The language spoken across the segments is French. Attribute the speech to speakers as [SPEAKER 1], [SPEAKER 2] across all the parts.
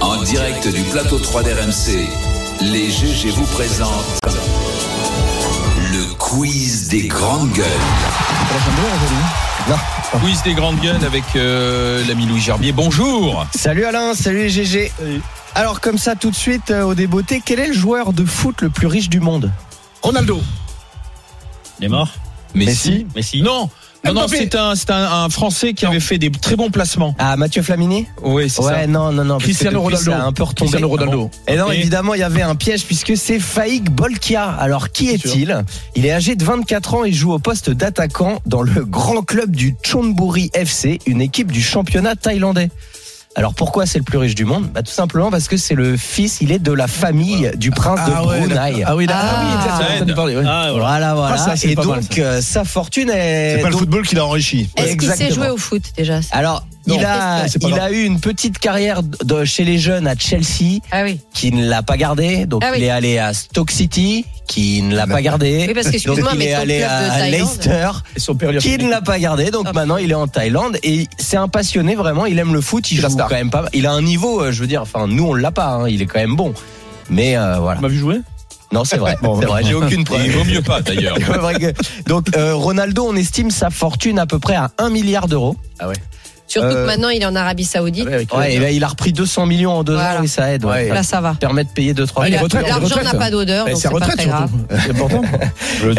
[SPEAKER 1] En direct du plateau 3 d'RMC, les GG vous présentent le quiz des grandes gueules.
[SPEAKER 2] Quiz des grandes gueules avec euh, l'ami Louis Gerbier. Bonjour.
[SPEAKER 3] Salut Alain, salut les GG. Alors comme ça tout de suite euh, au débeauté, quel est le joueur de foot le plus riche du monde
[SPEAKER 4] Ronaldo.
[SPEAKER 5] Il est mort
[SPEAKER 2] Messi.
[SPEAKER 5] Messi
[SPEAKER 2] Non. Non, non, c'est un, c'est un, un Français qui avait fait des très bons placements.
[SPEAKER 3] Ah Mathieu Flamini
[SPEAKER 2] Oui, c'est
[SPEAKER 3] Ouais
[SPEAKER 2] ça.
[SPEAKER 3] non non non. parce que
[SPEAKER 4] Cristiano
[SPEAKER 3] depuis,
[SPEAKER 4] Ronaldo.
[SPEAKER 3] Ça a un peu retombé.
[SPEAKER 4] Cristiano Ronaldo.
[SPEAKER 3] Et non
[SPEAKER 2] Et-
[SPEAKER 3] évidemment il y avait un piège puisque c'est Faïk Bolkia. Alors qui est-il Il est âgé de 24 ans et joue au poste d'attaquant dans le grand club du Chonburi FC, une équipe du championnat thaïlandais. Alors pourquoi c'est le plus riche du monde bah, Tout simplement parce que c'est le fils, il est de la famille du prince de Brunei.
[SPEAKER 4] d'accord. Ah oui, là, ah oui,
[SPEAKER 3] Ah.
[SPEAKER 4] exactement, j'entendais parler, ouais.
[SPEAKER 5] Ah, voilà.
[SPEAKER 3] Voilà, voilà.
[SPEAKER 4] Ah, ça, c'est
[SPEAKER 3] et
[SPEAKER 4] pas
[SPEAKER 3] donc,
[SPEAKER 4] mal,
[SPEAKER 3] euh, sa fortune est.
[SPEAKER 4] C'est pas le
[SPEAKER 3] donc-
[SPEAKER 4] football qui l'a enrichi.
[SPEAKER 6] Est-ce qu'il sait
[SPEAKER 3] Exactement.
[SPEAKER 6] jouer au foot déjà
[SPEAKER 3] Alors,
[SPEAKER 4] Non,
[SPEAKER 3] il, a,
[SPEAKER 4] c'est pas
[SPEAKER 3] il
[SPEAKER 4] grave.
[SPEAKER 3] a eu une petite carrière de, chez les jeunes à Chelsea,
[SPEAKER 6] Ah oui.
[SPEAKER 3] qui ne l'a pas gardé. Donc,
[SPEAKER 6] Ah oui.
[SPEAKER 3] il est allé à Stoke City, qui ne l'a pas gardé.
[SPEAKER 6] Oui, parce que,
[SPEAKER 3] donc,
[SPEAKER 6] excuse-moi,
[SPEAKER 3] il
[SPEAKER 6] mais
[SPEAKER 3] est
[SPEAKER 6] ton
[SPEAKER 3] allé
[SPEAKER 6] club de
[SPEAKER 3] à
[SPEAKER 6] Thaïlande-
[SPEAKER 3] Leicester,
[SPEAKER 4] Et son père lui a
[SPEAKER 3] qui
[SPEAKER 4] fait-
[SPEAKER 3] ne l'a pas gardé. Donc,
[SPEAKER 6] Ah.
[SPEAKER 3] maintenant, il est en Thaïlande. Et c'est un passionné, vraiment. Il aime le foot. Il
[SPEAKER 4] la
[SPEAKER 3] joue
[SPEAKER 4] star.
[SPEAKER 3] quand même pas. Il a un niveau, euh, je veux dire, enfin, nous, on l'a pas. hein, il est quand même bon. Mais euh, voilà.
[SPEAKER 4] Tu m'as vu jouer
[SPEAKER 3] Non, c'est vrai. c'est vrai.
[SPEAKER 4] bah,
[SPEAKER 3] J'ai aucune
[SPEAKER 2] Et
[SPEAKER 3] preuve.
[SPEAKER 2] il vaut mieux pas d'ailleurs.
[SPEAKER 3] C'est pas vrai que- Donc euh, Ronaldo, on estime sa fortune à peu près à 1 milliard d'euros.
[SPEAKER 6] Surtout
[SPEAKER 3] Euh,
[SPEAKER 6] que maintenant, il est en Arabie Saoudite.
[SPEAKER 3] Ouais, et là, il a repris 200 millions en deux
[SPEAKER 6] Voilà. Ah,
[SPEAKER 3] ans et ça aide. ouais.
[SPEAKER 6] Là,
[SPEAKER 3] Ça
[SPEAKER 6] ça va.
[SPEAKER 3] permet de payer 2-3
[SPEAKER 4] Ouais, Ah, il est
[SPEAKER 6] La-
[SPEAKER 4] retraite, il est
[SPEAKER 6] L'argent
[SPEAKER 4] retraite.
[SPEAKER 6] n'a pas d'odeur,
[SPEAKER 4] Eh,
[SPEAKER 6] donc
[SPEAKER 4] C'est
[SPEAKER 6] c'est
[SPEAKER 4] la
[SPEAKER 6] pas
[SPEAKER 4] retraite
[SPEAKER 6] très grave.
[SPEAKER 4] surtout. C'est important. Le
[SPEAKER 7] Euh,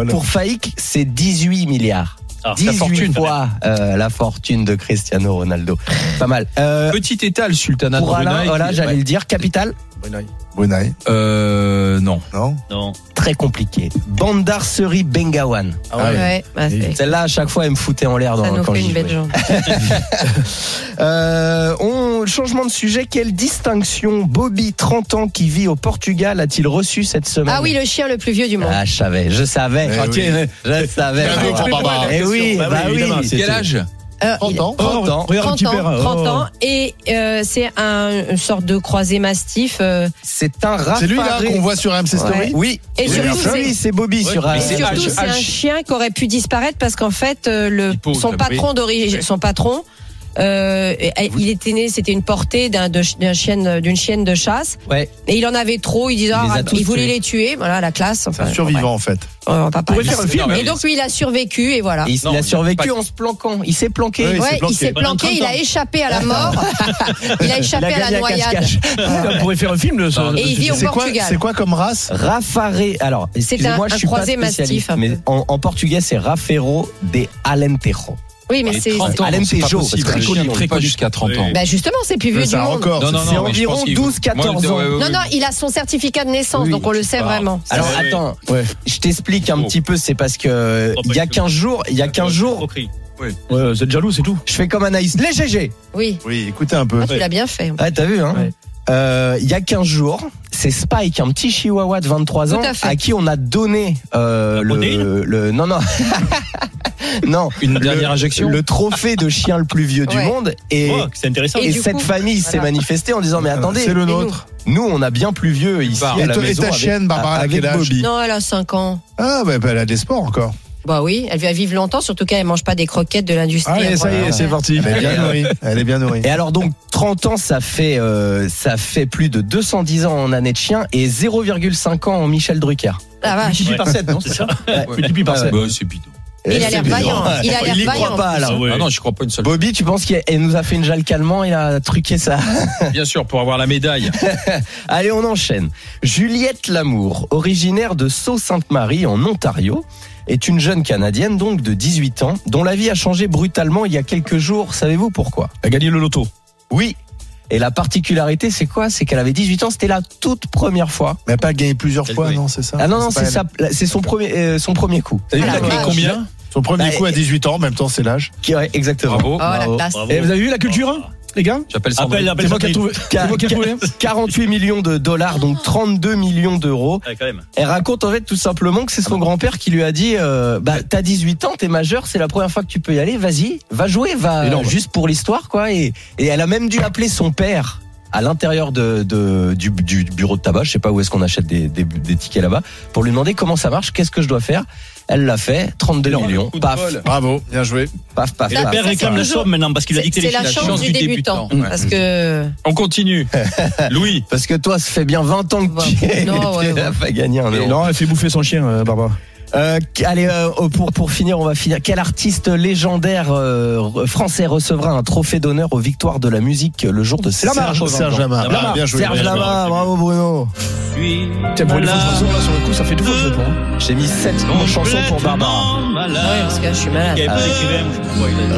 [SPEAKER 3] Euh, pour Faïk, c'est 18 milliards.
[SPEAKER 5] Alors, sa
[SPEAKER 3] 18
[SPEAKER 5] fortune,
[SPEAKER 3] fois euh, la fortune de Cristiano Ronaldo. Pas mal. Euh,
[SPEAKER 2] Petit étal, Sultanat de
[SPEAKER 3] pour
[SPEAKER 2] Brunei.
[SPEAKER 3] Alain,
[SPEAKER 2] qui-
[SPEAKER 3] voilà, j'allais le dire, capital,
[SPEAKER 7] Brunei,
[SPEAKER 2] Euh, non.
[SPEAKER 7] non
[SPEAKER 5] Non.
[SPEAKER 3] très compliqué. Bandar Seri Bengawan.
[SPEAKER 4] Ah ouais.
[SPEAKER 6] Ouais, bah, c'est-
[SPEAKER 3] Celle-là, à chaque fois, elle me foutait en l'air
[SPEAKER 6] ça
[SPEAKER 3] dans-
[SPEAKER 6] nous
[SPEAKER 3] quand
[SPEAKER 6] fait
[SPEAKER 3] j'y
[SPEAKER 6] une
[SPEAKER 3] jouais.
[SPEAKER 6] belle jambe.
[SPEAKER 3] Euh, on, changement de sujet, quelle distinction Bobby, 30 ans, qui vit au Portugal, a-t-il reçu cette semaine
[SPEAKER 6] Ah oui, le chien le plus vieux du monde.
[SPEAKER 3] Ah, je savais, je savais, Ah,
[SPEAKER 7] Eh oui.
[SPEAKER 3] je savais.
[SPEAKER 4] Bien vu,
[SPEAKER 3] Barbara.
[SPEAKER 4] Barbara.
[SPEAKER 3] Eh oui,
[SPEAKER 4] Bah oui,
[SPEAKER 3] bah oui.
[SPEAKER 4] évidemment, c'est-
[SPEAKER 2] Quel âge
[SPEAKER 6] Euh,
[SPEAKER 4] 30
[SPEAKER 6] il-
[SPEAKER 4] Ah, ans.
[SPEAKER 7] Oh,
[SPEAKER 3] 30 ans.
[SPEAKER 4] Regarde le
[SPEAKER 6] 30
[SPEAKER 4] petit père.
[SPEAKER 6] ans,
[SPEAKER 4] Oh.
[SPEAKER 6] 30 ans, et euh, c'est un, une sorte de croisé mastif. euh,
[SPEAKER 3] C'est un rat.
[SPEAKER 7] C'est lui là qu'on voit sur MC Story
[SPEAKER 6] Ouais.
[SPEAKER 3] Oui.
[SPEAKER 6] et
[SPEAKER 7] Oui,
[SPEAKER 6] surtout,
[SPEAKER 7] bien sûr.
[SPEAKER 6] c'est-
[SPEAKER 3] Oui, c'est Bobby sur
[SPEAKER 4] Ah,
[SPEAKER 6] et
[SPEAKER 3] un-
[SPEAKER 2] c'est
[SPEAKER 6] surtout,
[SPEAKER 2] H,
[SPEAKER 6] c'est un
[SPEAKER 2] H.
[SPEAKER 6] chien qui aurait pu disparaître parce qu'en fait, euh, le,
[SPEAKER 2] Il pose,
[SPEAKER 6] son
[SPEAKER 2] oui.
[SPEAKER 6] patron d'origine, son patron, euh, et- et il était né, c'était une portée d'un de ch- d'un chienne, d'une chienne de chasse.
[SPEAKER 3] Ouais.
[SPEAKER 6] Et il en avait trop. Il disait,
[SPEAKER 3] Il les a
[SPEAKER 6] ah,
[SPEAKER 3] tous
[SPEAKER 6] il voulait
[SPEAKER 3] tués.
[SPEAKER 6] les tuer. Voilà, la classe.
[SPEAKER 7] C'est
[SPEAKER 6] enfin,
[SPEAKER 7] un
[SPEAKER 6] bon,
[SPEAKER 7] survivant en fait.
[SPEAKER 6] bref. Euh, on va pas
[SPEAKER 4] pourrait
[SPEAKER 6] parler.
[SPEAKER 4] faire un film.
[SPEAKER 6] Et donc lui, il a survécu et voilà.
[SPEAKER 3] Et il,
[SPEAKER 2] Non,
[SPEAKER 3] il
[SPEAKER 2] il a
[SPEAKER 3] a survécu
[SPEAKER 2] pas-
[SPEAKER 3] en se planquant. Il s'est planqué.
[SPEAKER 7] Oui, il s'est
[SPEAKER 6] Ouais, il
[SPEAKER 7] planqué.
[SPEAKER 6] s'est planqué,
[SPEAKER 5] Pendant
[SPEAKER 6] il a
[SPEAKER 5] 30
[SPEAKER 6] échappé à la mort, il a échappé à la noyade.
[SPEAKER 3] cache-cache.
[SPEAKER 4] On pourrait faire un film de ça.
[SPEAKER 2] Non,
[SPEAKER 6] Et il vit au
[SPEAKER 7] C'est quoi,
[SPEAKER 6] Portugal.
[SPEAKER 7] c'est quoi comme race
[SPEAKER 3] Raffaré. Alors, excusez-moi,
[SPEAKER 6] un-
[SPEAKER 3] je
[SPEAKER 6] un
[SPEAKER 3] suis pas
[SPEAKER 6] croisé
[SPEAKER 3] spécialiste,
[SPEAKER 6] mastif, un peu.
[SPEAKER 3] mais en, en portugais, c'est Rafero de Alentejo.
[SPEAKER 6] Oui, mais
[SPEAKER 2] Et
[SPEAKER 6] c'est.
[SPEAKER 2] 30 ans,
[SPEAKER 3] Alain
[SPEAKER 2] c'est pas
[SPEAKER 3] Peugeot,
[SPEAKER 2] possible.
[SPEAKER 3] c'est très
[SPEAKER 2] Un chien
[SPEAKER 3] connu,
[SPEAKER 2] ne
[SPEAKER 3] on
[SPEAKER 2] vit
[SPEAKER 3] est
[SPEAKER 2] pas
[SPEAKER 3] pas
[SPEAKER 2] jusqu'à 30 ans.
[SPEAKER 6] Bah justement, c'est plus vieux
[SPEAKER 7] C'est
[SPEAKER 6] du
[SPEAKER 7] un
[SPEAKER 6] monde.
[SPEAKER 7] record.
[SPEAKER 2] Non, non,
[SPEAKER 3] c'est
[SPEAKER 2] non, mais je
[SPEAKER 3] environ
[SPEAKER 2] pense qu'il-
[SPEAKER 3] 12-14
[SPEAKER 2] Moi, ouais, ouais,
[SPEAKER 6] Non,
[SPEAKER 2] ouais.
[SPEAKER 6] non, il a son certificat de naissance,
[SPEAKER 3] Oui.
[SPEAKER 6] donc on le sait
[SPEAKER 2] Ah.
[SPEAKER 6] vraiment.
[SPEAKER 3] Alors
[SPEAKER 2] Ouais, ouais.
[SPEAKER 3] attends,
[SPEAKER 4] Ouais.
[SPEAKER 3] je t'explique un
[SPEAKER 2] Oh.
[SPEAKER 3] petit peu, c'est parce que
[SPEAKER 5] Oh,
[SPEAKER 3] il y
[SPEAKER 5] pas
[SPEAKER 3] a
[SPEAKER 5] du tout.
[SPEAKER 3] 15 jours, il y a 15 jours,
[SPEAKER 5] Croquerie.
[SPEAKER 4] Ouais, c'est jaloux, c'est tout.
[SPEAKER 3] je fais comme Anaïs, les GG.
[SPEAKER 6] Oui,
[SPEAKER 7] Oui, écoutez un peu.
[SPEAKER 6] Ah, tu l'as bien fait.
[SPEAKER 3] Ouais, t'as vu, hein
[SPEAKER 4] Ouais.
[SPEAKER 3] Euh, Il y a 15 jours, c'est Spike, un petit chihuahua de 23
[SPEAKER 6] Tout
[SPEAKER 3] ans,
[SPEAKER 6] à fait.
[SPEAKER 3] à qui on a donné euh, le,
[SPEAKER 5] protéine
[SPEAKER 3] le. Non, non. non.
[SPEAKER 2] Une dernière injection.
[SPEAKER 3] Le trophée de chien le plus vieux du
[SPEAKER 6] Ouais.
[SPEAKER 3] monde. Et,
[SPEAKER 5] Oh, c'est intéressant.
[SPEAKER 3] et
[SPEAKER 6] Et du
[SPEAKER 3] cette
[SPEAKER 6] coup,
[SPEAKER 3] famille s'est
[SPEAKER 6] voilà.
[SPEAKER 3] manifestée en disant Mais attendez,
[SPEAKER 7] Ah, C'est le
[SPEAKER 6] Et nous
[SPEAKER 7] nôtre. Bah,
[SPEAKER 3] nous, on a bien plus vieux ici.
[SPEAKER 2] pars.
[SPEAKER 3] à
[SPEAKER 7] Et,
[SPEAKER 3] la
[SPEAKER 7] toi- et
[SPEAKER 3] maison
[SPEAKER 7] ta
[SPEAKER 3] avec-
[SPEAKER 7] chienne, Barbara, à
[SPEAKER 3] avec
[SPEAKER 7] quel âge
[SPEAKER 3] Bobby.
[SPEAKER 6] Non, elle a 5 ans.
[SPEAKER 7] Ah, bah, bah, elle a de l'espoir encore.
[SPEAKER 6] Bah oui, elle va vivre longtemps, surtout qu'elle ne mange pas des croquettes de l'industrie.
[SPEAKER 4] Allez, Ah ça y est, c'est parti.
[SPEAKER 7] Elle est bien nourrie. Elle est bien nourrie.
[SPEAKER 3] Et alors donc 30 ans ça fait euh, ça fait plus de 210 ans en année de chien et 0,5 ans en Michel Drucker.
[SPEAKER 6] Ah vache.
[SPEAKER 4] Multiplie par 7, non C'est ça Multiplie par
[SPEAKER 3] Ah, Ouais.
[SPEAKER 4] 7.
[SPEAKER 2] Bah, c'est bidon.
[SPEAKER 6] Il a l'air vaillant. Il a l'air
[SPEAKER 3] Il y
[SPEAKER 6] vaillant.
[SPEAKER 3] croit pas là.
[SPEAKER 2] Ah non, je crois pas une seule.
[SPEAKER 3] Bobby, tu penses qu'elle nous a fait une jalle calmant, il a truqué ça.
[SPEAKER 2] Bien sûr, pour avoir la médaille.
[SPEAKER 3] Allez, on enchaîne. Juliette Lamour, originaire de Sault Sainte Marie en Ontario, est une jeune Canadienne donc de 18 ans, dont la vie a changé brutalement il y a quelques jours. Savez-vous pourquoi
[SPEAKER 4] Elle a gagné le loto.
[SPEAKER 3] Oui. Et la particularité, c'est quoi C'est qu'elle avait 18 ans, c'était la toute première fois.
[SPEAKER 7] Mais elle a pas gagné plusieurs fois, non, c'est ça
[SPEAKER 3] Ah non, non,
[SPEAKER 7] pas
[SPEAKER 3] c'est
[SPEAKER 7] elle.
[SPEAKER 3] ça, c'est son premier, euh, son premier coup.
[SPEAKER 4] T'as vu,
[SPEAKER 6] Ah,
[SPEAKER 4] elle a
[SPEAKER 6] la
[SPEAKER 4] gagné
[SPEAKER 6] vache.
[SPEAKER 4] combien
[SPEAKER 7] Son premier
[SPEAKER 3] Bah,
[SPEAKER 7] coup à 18 ans, en même temps, c'est l'âge.
[SPEAKER 3] Qui- ouais, exactement.
[SPEAKER 2] Bravo.
[SPEAKER 6] Oh la
[SPEAKER 3] Bravo.
[SPEAKER 6] classe.
[SPEAKER 5] Bravo.
[SPEAKER 4] Et vous avez vu la culture, hein, les gars
[SPEAKER 2] J'appelle ça.
[SPEAKER 5] Appelle, appelle.
[SPEAKER 4] C'est moi qui ai trouvé.
[SPEAKER 3] Ca-
[SPEAKER 4] C'est moi qui ai trouvé. hein.
[SPEAKER 3] 48 millions de dollars, donc 32 millions d'euros.
[SPEAKER 5] Ouais, quand même.
[SPEAKER 3] Elle raconte en fait tout simplement que c'est son grand-père qui lui a dit euh, bah t'as 18 ans, t'es majeur, c'est la première fois que tu peux y aller, vas-y, va jouer, va
[SPEAKER 4] Énorme.
[SPEAKER 3] juste pour l'histoire quoi et, et elle a même dû appeler son père à l'intérieur de, de- du, du bureau de tabac. Je sais pas où est-ce qu'on achète des, des- des tickets là-bas pour lui demander comment ça marche, qu'est-ce que je dois faire. Elle l'a fait, 32
[SPEAKER 2] Alors,
[SPEAKER 3] millions.
[SPEAKER 2] coup de
[SPEAKER 4] Ah,
[SPEAKER 3] Paf,
[SPEAKER 2] bol.
[SPEAKER 7] Bravo, bien joué.
[SPEAKER 3] paf, paf,
[SPEAKER 5] Et le
[SPEAKER 3] paf.
[SPEAKER 2] Ah,
[SPEAKER 5] père
[SPEAKER 6] ça,
[SPEAKER 5] réclame
[SPEAKER 6] c'est
[SPEAKER 5] la
[SPEAKER 6] toujours-
[SPEAKER 5] somme maintenant parce qu'il a
[SPEAKER 6] C'est
[SPEAKER 5] dicté
[SPEAKER 6] c'est
[SPEAKER 5] les
[SPEAKER 6] la
[SPEAKER 5] chiffres.
[SPEAKER 6] chance du débutant.
[SPEAKER 2] débutant, ouais.
[SPEAKER 6] Parce que.
[SPEAKER 2] On continue. Louis.
[SPEAKER 3] Parce que toi, ça fait bien 20 ans que
[SPEAKER 6] Ouais.
[SPEAKER 3] tu es
[SPEAKER 6] Non, ouais,
[SPEAKER 3] tu n'as
[SPEAKER 6] ouais.
[SPEAKER 3] pas gagné un euro.
[SPEAKER 4] Non, elle fait bouffer son chien, euh, Barbara.
[SPEAKER 3] Euh, qu- allez, euh, pour, pour finir, on va finir. Quel artiste légendaire euh, re- français recevra un trophée d'honneur aux victoires de la musique le jour de ses
[SPEAKER 4] Lamarre.
[SPEAKER 3] 80 ans
[SPEAKER 7] Serge Lamar.
[SPEAKER 5] Lamar.
[SPEAKER 7] Bien joué.
[SPEAKER 3] Serge
[SPEAKER 5] bien joué.
[SPEAKER 3] Lama, bravo Bruno.
[SPEAKER 4] Tiens, pour une fois,
[SPEAKER 5] Voilà.
[SPEAKER 4] François, là, sur le coup, ça fait deux fois que je réponds. hein.
[SPEAKER 3] J'ai mis 7 chansons pour Barbara.
[SPEAKER 6] Euh, Ouais, parce que je suis malade.
[SPEAKER 5] Il
[SPEAKER 3] Euh,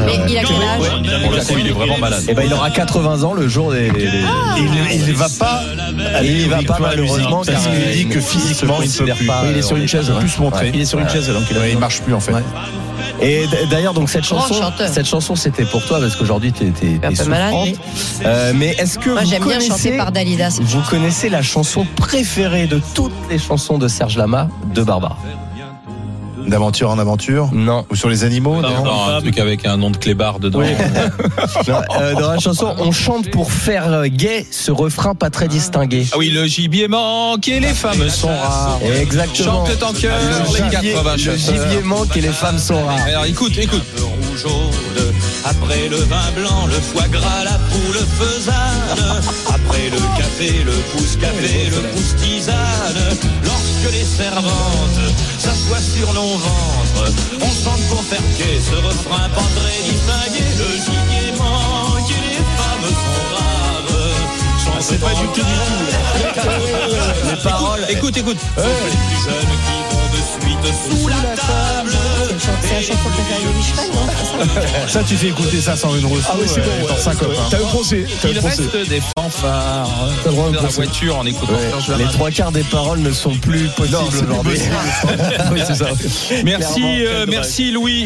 [SPEAKER 6] Mais il a quel âge
[SPEAKER 2] il est vraiment malade.
[SPEAKER 3] Et ben il aura 80 ans le jour des. des- des-
[SPEAKER 7] Ah. Il ne va pas.
[SPEAKER 3] Et il va
[SPEAKER 7] Victoire
[SPEAKER 3] pas
[SPEAKER 7] à la
[SPEAKER 3] malheureusement
[SPEAKER 7] musique, parce
[SPEAKER 3] car,
[SPEAKER 7] qu'il
[SPEAKER 3] euh,
[SPEAKER 7] dit
[SPEAKER 3] il
[SPEAKER 7] que
[SPEAKER 3] ne-
[SPEAKER 7] physiquement,
[SPEAKER 3] il
[SPEAKER 7] il
[SPEAKER 3] se
[SPEAKER 7] ne peut
[SPEAKER 3] considère
[SPEAKER 7] plus.
[SPEAKER 3] pas,
[SPEAKER 7] Il est sur
[SPEAKER 3] euh,
[SPEAKER 7] une chaise,
[SPEAKER 3] ouais.
[SPEAKER 7] il peut plus se montrer.
[SPEAKER 4] Il est sur une chaise, donc il a.
[SPEAKER 7] Ouais, Il marche plus en fait.
[SPEAKER 4] Ouais.
[SPEAKER 3] Et d- d'ailleurs donc cette
[SPEAKER 6] Grand
[SPEAKER 3] chanson,
[SPEAKER 6] chanteur.
[SPEAKER 3] cette chanson c'était pour toi parce qu'aujourd'hui t'es t'es-
[SPEAKER 6] Un
[SPEAKER 3] t'es
[SPEAKER 6] peu malade,
[SPEAKER 3] souffrante.
[SPEAKER 6] oui.
[SPEAKER 3] Euh, mais est-ce que
[SPEAKER 6] Moi,
[SPEAKER 3] vous
[SPEAKER 6] j'aime bien
[SPEAKER 3] connaissez
[SPEAKER 6] chanter par Dalida. c'est-
[SPEAKER 3] vous connaissez la chanson préférée de toutes les chansons de Serge Lama de Barbara
[SPEAKER 7] D'aventure en aventure.
[SPEAKER 3] Non.
[SPEAKER 7] Ou sur les animaux, non Ah
[SPEAKER 2] un truc avec un nom de clébard dedans.
[SPEAKER 3] Non, euh, dans la chanson, on chante pour faire euh, gay ce refrain pas très distingué.
[SPEAKER 2] Ah oui, le gibier manque et les femmes sont rares.
[SPEAKER 3] Exactement.
[SPEAKER 2] Chante ton cœur,
[SPEAKER 3] Le
[SPEAKER 2] les
[SPEAKER 3] gibier,
[SPEAKER 2] quatre vaches.
[SPEAKER 3] le gibier manque et les femmes sont rares.
[SPEAKER 2] Alors écoute, écoute.
[SPEAKER 8] chaude. Après le vin blanc, le foie gras, la poule faisane. Après le café, le pouce café, le pouce tisane. Lorsque les servantes s'assoient sur nos ventres, on chante pour faire pied ce refrain pas très distingué. Le gibier manque et les femmes sont rares. C'est pas du tout du tout.
[SPEAKER 3] Les paroles.
[SPEAKER 2] Écoute, écoute.
[SPEAKER 8] Les plus jeunes qui vont de suite sous la table.
[SPEAKER 6] C'est à chaque fois que t'as Louis Schrein, non
[SPEAKER 7] Ça, tu fais écouter ça sans une rousse. Ah oui, c'est bon.
[SPEAKER 4] T'as eu procès. T'as eu
[SPEAKER 2] Il
[SPEAKER 4] procès.
[SPEAKER 2] reste des fanfares.
[SPEAKER 3] T'as le droit de
[SPEAKER 2] Dans la
[SPEAKER 3] penser.
[SPEAKER 2] voiture en écoutant Serge Lama.
[SPEAKER 3] Les trois quarts des paroles ne sont plus possibles aujourd'hui.
[SPEAKER 2] Merci, euh, merci Louis.